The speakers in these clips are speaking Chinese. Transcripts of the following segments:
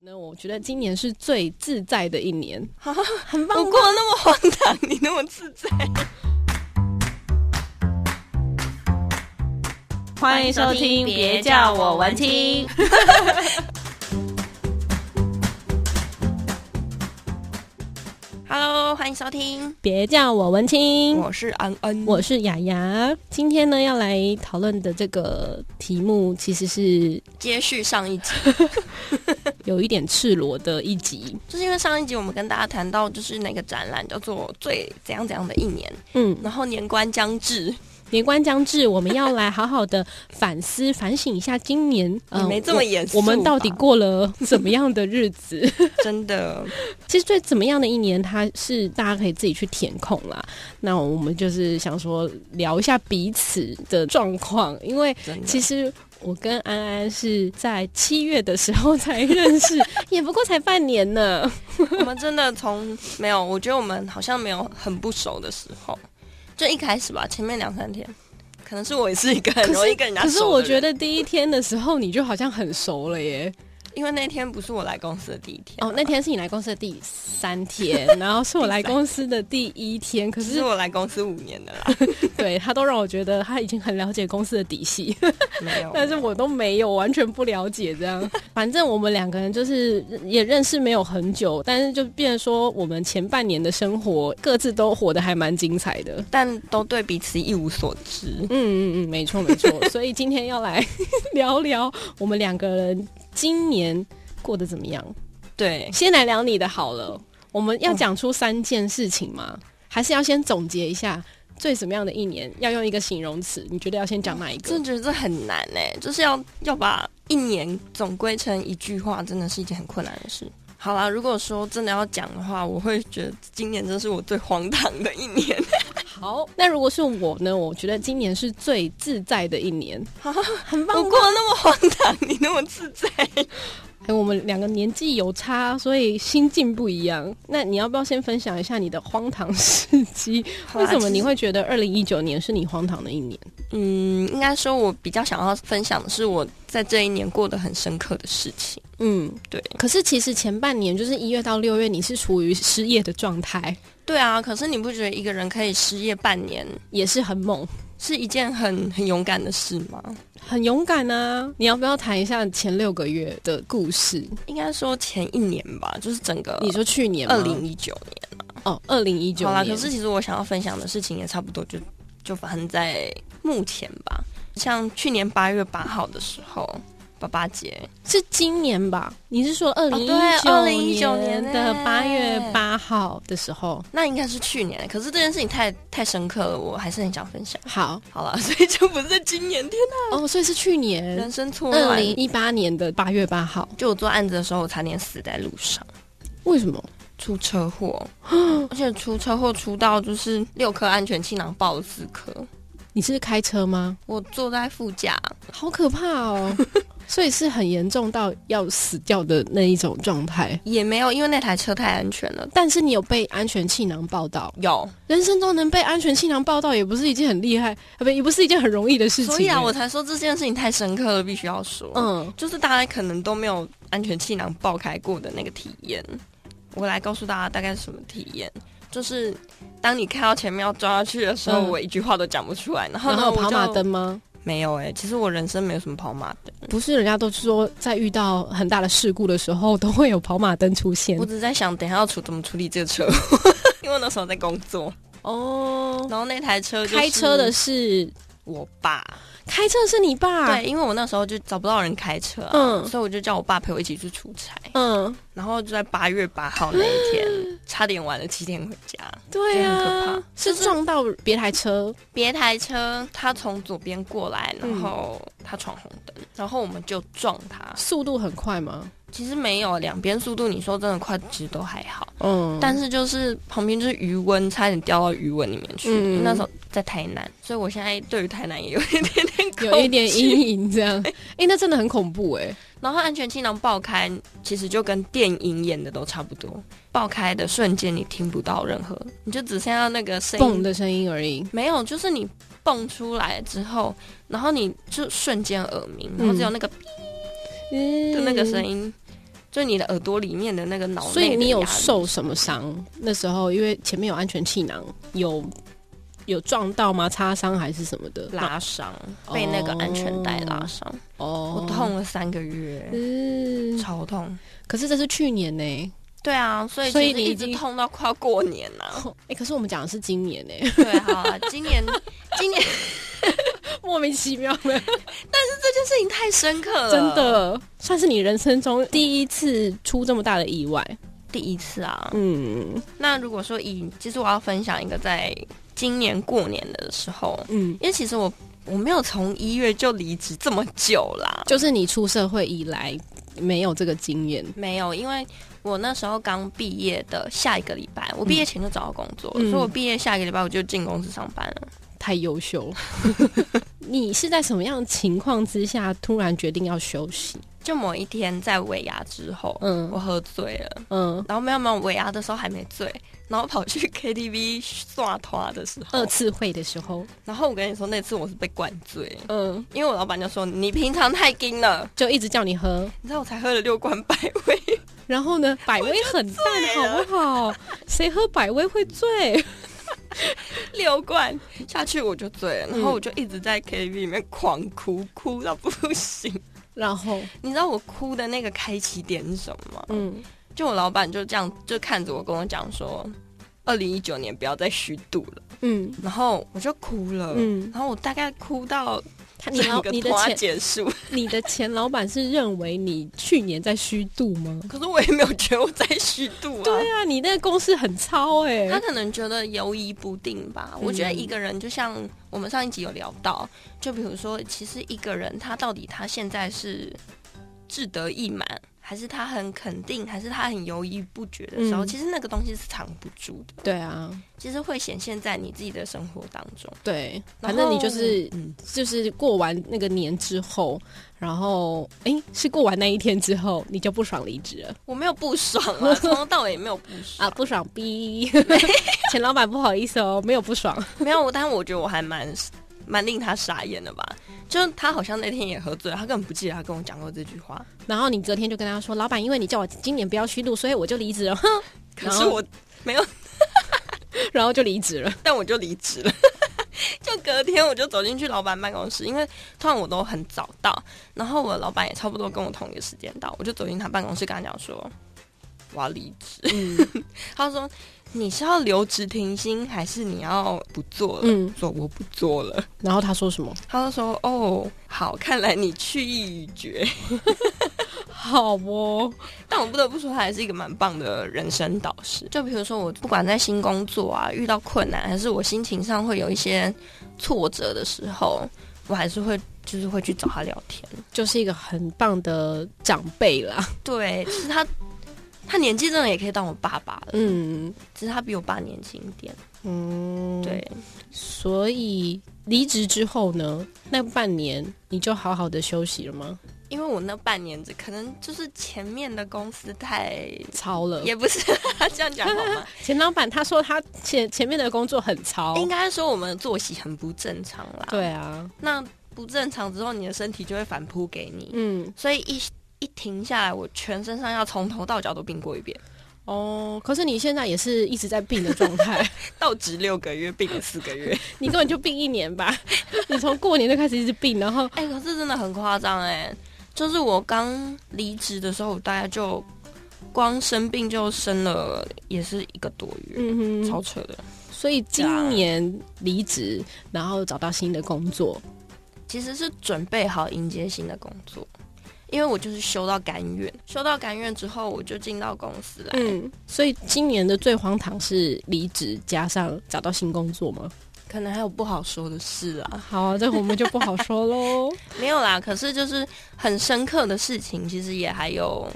那我觉得今年是最自在的一年，很棒我过得那么荒唐，你那么自在。欢迎收听，别叫我文青。Hello，欢迎收听， 别叫我文青，我是安安，我是雅雅。今天呢，要来讨论的这个题目其实是接续上一集，有一点赤裸的一集。就是因为上一集我们跟大家谈到，就是那个展览叫做“最怎样怎样的一年嗯”，，然后年关将至，年关将至，我们要来好好的反思、反省一下今年。呃你没这么严肃我，我们到底吧过了怎么样的日子？真的其实最怎么样的一年，它是大家可以自己去填空啦。那我们就是想说聊一下彼此的状况，因为真的， 其实我跟安安是在七月的时候才认识， 也不过才半年呢。我们真的从没有，我觉得我们好像没有很不熟的时候，就一开始吧，前面两三天，可能是我也是一个很容易跟人家可是熟我的人觉，得第一天的时候，你就好像很熟了耶。因为那天不是我来公司的第一天啊，哦，那天是你来公司的第三天，然后是我来公司的第一天。可只 是是我来公司五年的啦，对他都让我觉得他已经很了解公司的底细。没有，但是我都没有，完全不了解这样。 反正我们两个人就是也认识没有很久，但是就变成说我们前半年的生活各自都活得还蛮精彩的。但都对彼此一无所知，嗯嗯嗯，没错没 错。所以今天要来 聊聊我们两个人今年过得怎么样。对，先来聊你的好了，我们要讲出三件事情吗？还是要先总结一下最什么样的一年？要用一个形容词，你觉得要先讲哪一个真？的觉得这很难哎、就是要要把一年总归成一句话，真的是一件很困难的事。好啦，如果说真的要讲的话，我会觉得今年真是我最荒唐的一年。 好，那如果是我呢？我觉得今年是最自在的一年， 很我棒。过得那么荒唐，你那么自在，哎，我们两个年纪有差，所以心境不一样。那你要不要先分享一下你的荒唐事 迹？ 为什么你？会觉得二零一九年是你荒唐的一年？嗯，应该说，我比较想要分享的是我在这一年过得很深刻的事情。嗯，对。可是其实前半年就是一月到六月，你是处于失业的状态，对啊，可是你不觉得一个人可以失业半年也是很猛，是一件很很勇敢的事吗？很勇敢啊！你要不要谈一下前六个月的故事？应该说前一年吧，就是整个你说去年吗二零一九年。哦，二零一九好年。啦，可是其实我想要分享的事情也差不多就，就反正在目前吧。像去年八月八号的时候，爸爸节，是今年吧？你是说二零一哦对九2019年年的呢八月八号的时候？那应该是去年，可是这件事情太太深刻了，我还是很想分享。好好了， 所以就不是今年，天哦，所以是去哪，年人生错二乱。零一八年的八月八号。就我做案子的时候，我差点死在路上，为什么？出车祸， 而且出车祸出到就是六颗安全气囊爆了四颗，你是开车吗？我坐在副驾，好可怕 哦！所以是很严重到要死掉的那一种状态。也没有，因为那台车太安全了。但是你有被安全气囊报道，有，人生中能被安全气囊报道也不是一件很厉害，啊不，也不是一件很容易的事情欸。所以啊，我才说这件事情太深刻了，必须要说。嗯，嗯，就是大家可能都没有安全气囊爆开过的那个体验。我来告诉大家大概是什么体验，就是当你看到前面要抓下去的时候，嗯我一句话都讲不出来，然后然呢，后有我跑就马灯吗？没有哎、其实我人生没有什么跑马灯，不是，人家都说在遇到很大的事故的时候，都会有跑马灯出现我。只是在想等一下要处怎么处理这个车 祸，因为我那时候在工作，哦，然后那台车、开车的是我爸，开车是你爸，，对，因为我那时候就找不到人开车、啊，嗯所以我就叫我爸陪我一起去出差，嗯，然后就在八月八号那一天，差点晚了七天回家。对觉得很可啊怕，是就是撞到别台车，别台车他从左边过来，嗯然后他闯红灯，然后我们就撞他。速度很快吗？其实没有两边速度，你说真的快，其实都还好。嗯，但是就是旁边就是余温，差点掉到余温里面去。嗯那时候在台南，所以我现在对于台南也有一点 点恐有一点惧。阴影这 样。哎，那真的很恐怖哎。然后安全气囊爆开，其实就跟电影演的都差不多。爆开的瞬间，你听不到任何，你就只剩下那个声蹦音的声音而已。没有，就是你蹦出来之后，然后你就瞬间耳鸣，然后只有那个嗯就那个声音，就你的耳朵里面的那个脑内的所以你有压力受什么伤？那时候因为前面有安全气囊，有有撞到吗？擦伤还是什么的？拉伤，被那个安全带拉伤，哦我，痛了三个月，嗯，超痛。可是这是去年呢、 对啊，所以所以就是你已一直经痛到快要过年了、 哎、可是我们讲的是今年呢、对，好啊， 今年今年 莫名其妙的，这件事情太深刻了，真的算是你人生中第一次出这么大的意外。第一次啊。嗯那如果说以，其实我要分享一个在今年过年的时候，嗯，因为其实我我没有从一月就离职这么久啦，就是你出社会以来没有这个经验。没有，因为我那时候刚毕业的下一个礼拜，我毕业前就找到工作了，嗯所以我毕业下一个礼拜我就进公司上班了。太优 秀。你是在什么样的情况之下突然决定要休息？就某一天在尾牙之后，嗯我喝醉了，嗯，然后没有没有尾牙的时候还没醉，然后跑去 KTV 刷团的时候二，次会的时候，然后我跟你说那次我是被灌醉，嗯，因为我老板就说你平常太硬了，就一直叫你喝。你知道我才喝了六罐百威，然后呢，百威很淡，好不好？谁喝百威会醉？ 六罐下去我就醉嗯了，然后我就一直在 KTV 里面狂哭，哭到不行。 然后，你知道我哭的那个开启点是什么吗？嗯，就我老板就这样就看着我跟我讲说，二零一九年不要再虚度了， 嗯然后我就哭了，嗯，然后我大概哭到他你整老个你的花前结束， 你的前老板是认为你去年在虚度吗？可是我也没有觉得我在虚度啊。对啊，你那个公司很超哎、他可能觉得犹疑不定吧。嗯我觉得一个人就像我们上一集有聊到，就比如说，其实一个人他到底他现在是志得意满，还是他很肯定，还是他很犹豫不决的时候，嗯其实那个东西是藏不住的，对啊，其实会显现在你自己的生活当中。对，然反后正你就是嗯，就是过完那个年之后，然后哎、诶是过完那一天之后，你就不爽离职了我没有不爽 啊，从头到尾也没有不爽啊？，不爽 逼，前老板不好意思哦，没有不爽，没有，但我觉得我还蛮蛮令他傻眼的吧。就是他好像那天也喝醉了，他根本不记得他跟我讲过这句话。然后你隔天就跟他说，老板，因为你叫我今年不要虚度，所以我就离职了，哼，可然是后我没有然后就离职了，但我就离职了。 就隔天我就走进去老板办公室，因为通常我都很早到，然后我老板也差不多跟我同一个时间到，我就走进他办公室跟他讲说我要离职。嗯他说你是要留职停薪还是你要不做了？嗯，我说我不做了。 然后他说什么？他就说哦好，看来你去意已决。好哦，但我不得不说，他还是一个蛮棒的人生导师。就比如说，我不管在新工作啊，遇到困难，还是我心情上会有一些挫折的时候，我还是会就是会去找他聊天。就是一个很棒的长辈啦，对，其实他他年纪真的也可以当我爸爸了，嗯只是他比我爸年轻一点。嗯，对，所以离职之后呢，那半年你就好好的休息了吗？因为我那半年子可能就是前面的公司太。超了，也不是 这样讲好吗？ 前老板他说他前前面的工作很超，应该说我们的作息很不正常啦。，对啊，那不正常之后，你的身体就会反扑给你。嗯，所以一一停下来，我全身上下从头到脚都病过一遍， 哦，可是你现在也是一直在病的状 态，到职六个月，病了四个月。你根本就病一年吧？你从过年就开始一直病，然后 哎、可是真的很夸张哎！就是我刚离职的时候，我大概就光生病就生了也是一个多月，嗯超哼，扯的。所以今年离职，然后找到新的工作，其实是准备好迎接新的工作，因为我就是休到甘愿，休到甘愿之后，我就进到公司来。嗯，所以今年的最荒唐是离职加上找到新工作吗？可能还有不好说的事啊，好啊，这我们就不好说喽。没有啦，可是就是很深刻的事情，其实也还有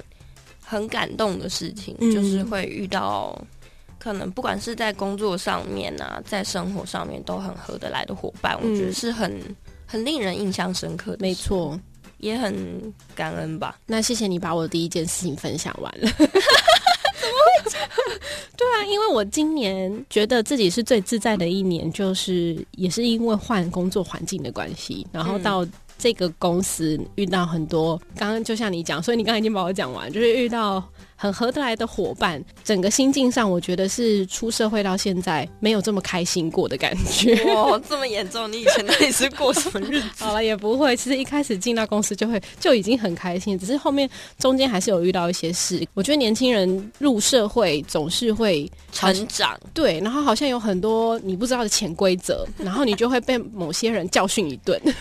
很感动的事情，嗯就是会遇到可能不管是在工作上面啊，在生活上面都很合得来的伙伴，嗯我觉得是很很令人印象深刻的， 没，错，也很感恩 吧。那谢谢你把我第一件事情分享完了。怎么会这 样？对啊，因为我今年觉得自己是最自在的一年，就是也是因为换工作环境的关系，然后到这个公司遇到很多，刚刚就像你讲，所以你刚才已经把我讲完，就是遇到很合得来的伙伴，整个心境上，我觉得是出社会到现在没有这么开心过的感觉。哇，这么严重！你以前到底是过什么日子？ 好了，也不会。其实一开始进到公司就会就已经很开心，只是后面中间还是有遇到一些事。我觉得年轻人入社会总是会成长，对，然后好像有很多你不知道的潜规则，然后你就会被某些人教训一顿。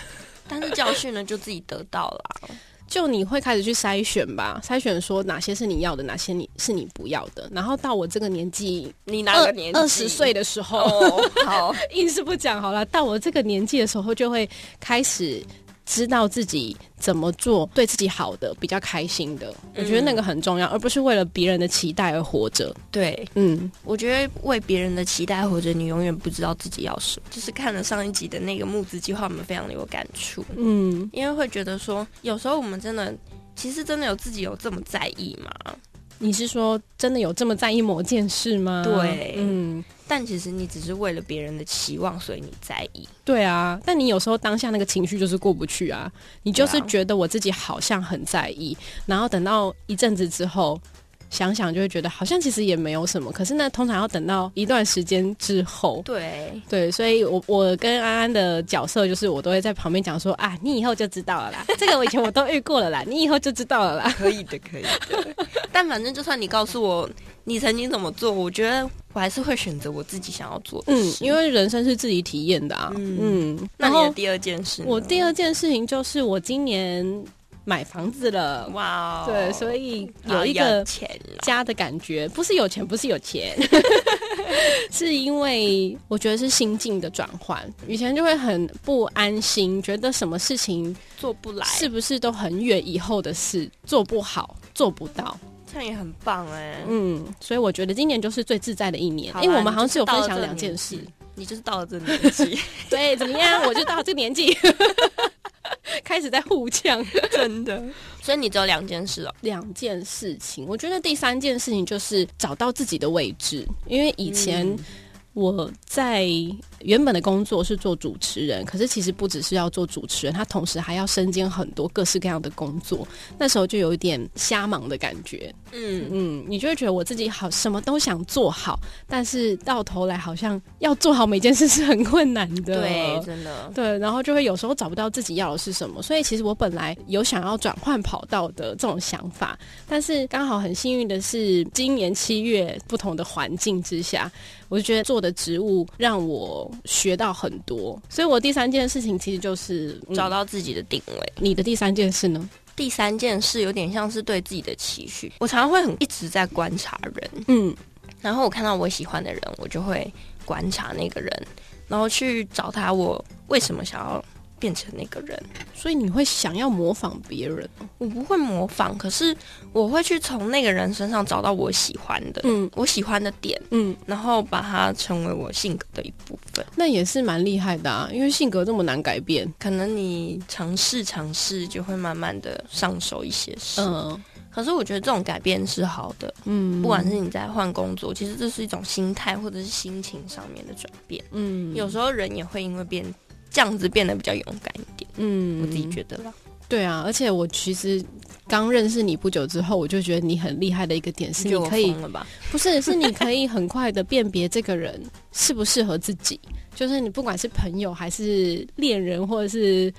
但是教训呢，就自己得到了。就你会开始去筛选吧，筛选说哪些是你要的，哪些你是你不要的。然后到我这个年纪，你哪个年纪？二十岁的时候，哦，好，硬是不讲好了。到我这个年纪的时候，就会开始知道自己怎么做对自己好的，比较开心的。我觉得那个很重要，而不是为了别人的期待而活着。 对，嗯，我觉得为别人的期待，或者你永远不知道自己要什么。就是看了上一集的那个募资计划，我们非常的有感触。嗯，因为会觉得说，有时候我们真的，其实真的有自己有这么在意吗？你是说真的有这么在意某件事吗？对嗯，但其实你只是为了别人的期望，所以你在 意。对啊。但你有时候当下那个情绪就是过不去啊，你就是对啊觉得我自己好像很在意，然后等到一阵子之后。想想就会觉得好像其实也没有什么，可是那通常要等到一段时间之后，对，对，所以我我跟安安的角色就是我都会在旁边讲说啊，你以后就知道 了啦，这个我以前我都遇过了啦，你以后就知道了啦。可以的，可以的。但反正就算你告诉我你曾经怎么做，我觉得我还是会选择我自己想要做的嗯，事。因为人生是自己体验的啊。嗯嗯，那然你的后第二件事呢，我第二件事情就是我今年买房子了，哇哦，对，所以好有一有个钱哦了家的感觉，不是有钱，不是有 钱，是因为我觉得是心境的转换，以前就会很不安心，觉得什么事情做不来，是不是都很远以后的事，做不好，做不到。这样也很棒哎。嗯，所以我觉得今年就是最自在的一年，好啦因为我们好啊像你只就有是分到了享这个两件年事纪。你就是到了这个年 纪，对，怎么样？我就到这个年纪， 开始在互呛真的。所以你只有两件事哦。两件事情。我觉得第三件事情就是找到自己的位置，因为以前、嗯我在原本的工作是做主持人，可是其实不只是要做主持人，他同时还要身兼很多各式各样的工作。那时候就有一点瞎忙的感觉，嗯，嗯，你就会觉得我自己好什么都想做好，但是到头来好像要做好每件事是很困难的。对，真的。对，然后就会有时候找不到自己要的是什么，所以其实我本来有想要转换跑道的这种想法，但是刚好很幸运的是，今年七月不同的环境之下，我就觉得做的职务让我学到很多，所以我第三件事情其实就是、嗯找到自己的定位。你的第三件事呢？第三件事有点像是对自己的期许。我常常会很一直在观察人，嗯然后我看到我喜欢的人，我就会观察那个人，然后去找他，我为什么想要变成那个人。所以你会想要模仿别人，我不会模仿，可是我会去从那个人身上找到我喜欢的，嗯我喜欢的点，嗯，然后把它成为我性格的一部分。那也是蛮厉害的啊，因为性格这么难改变，可能你尝试尝试，就会慢慢的上手一些事。嗯可是我觉得这种改变是好的，嗯不管是你在换工作，其实这是一种心态或者是心情上面的转变。嗯有时候人也会因为变这样子变得比较勇敢一点，嗯我自己觉得啦。对啊，而且我其实刚认识你不久之后，我就觉得你很厉害的一个点是，你觉得我可以疯了吧？不是是你可以很快的辨别这个人适不适合自己，就是你不管是朋友还是恋人，或者是。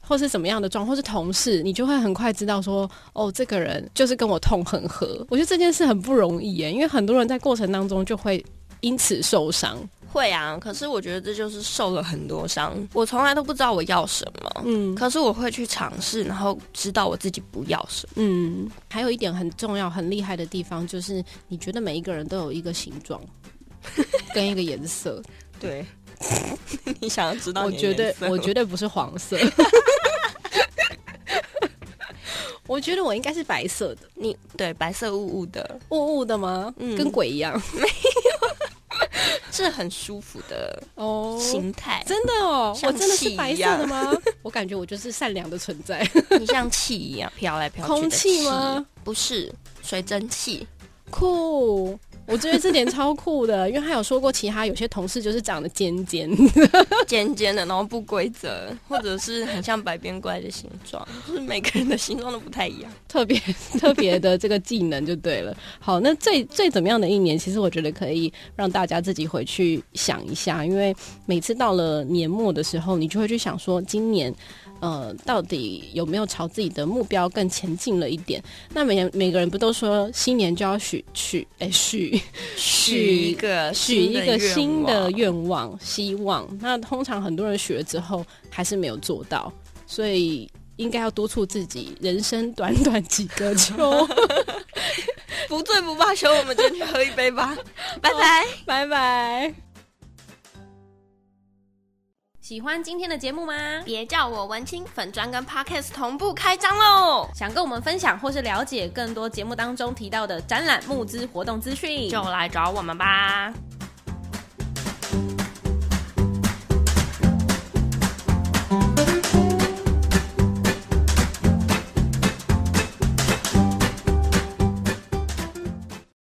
或是怎么样的状况，或是同事，你就会很快知道说，哦，这个人就是跟我痛很合。我觉得这件事很不容易耶，因为很多人在过程当中就会因此受伤。会啊，可是我觉得这就是受了很多伤。我从来都不知道我要什么，嗯可是我会去尝试，然后知道我自己不要什么。嗯，还有一点很重要、很厉害的地方，就是你觉得每一个人都有一个形 状，跟一个颜色。对， 你想要知道我你的绝颜色对吗？，我绝对不是黄色。 我觉得我应该是白色的，你对白色雾雾的雾雾的吗？嗯跟鬼一样是很舒服的哦心态，真的哦，像我真的是气一白色样的吗？ 我感觉我就是善良的存在，你像气 一样飘来飘去的空气吗？不是，水蒸气。酷。我觉得这点超酷的，因为他有说过，其他有些同事就是长得尖尖，尖尖的，然后不规则，或者是很像百变怪的形状，就是每个人的形状都不太一样。特别 特别的这个技能就对了。好，那最最怎么样的一年，其实我觉得可以让大家自己回去想一下，因为每次到了年末的时候，你就会去想说，今年呃到底有没有朝自己的目标更前进了一点？那每人每个人不都说新年就要许许哎许许一个许一个新的愿望，愿望、希望。那通常很多人许了之后还是没有做到，所以应该要督促自己，人生短短几个 秋。 不醉不罢休。我们今天去喝一杯吧，拜拜。拜拜。喜欢今天的节目吗？别叫我文青，粉砖跟 podcast 同步开张喽！想跟我们分享或是了解更多节目当中提到的展览募资活动资讯，就来找我们吧。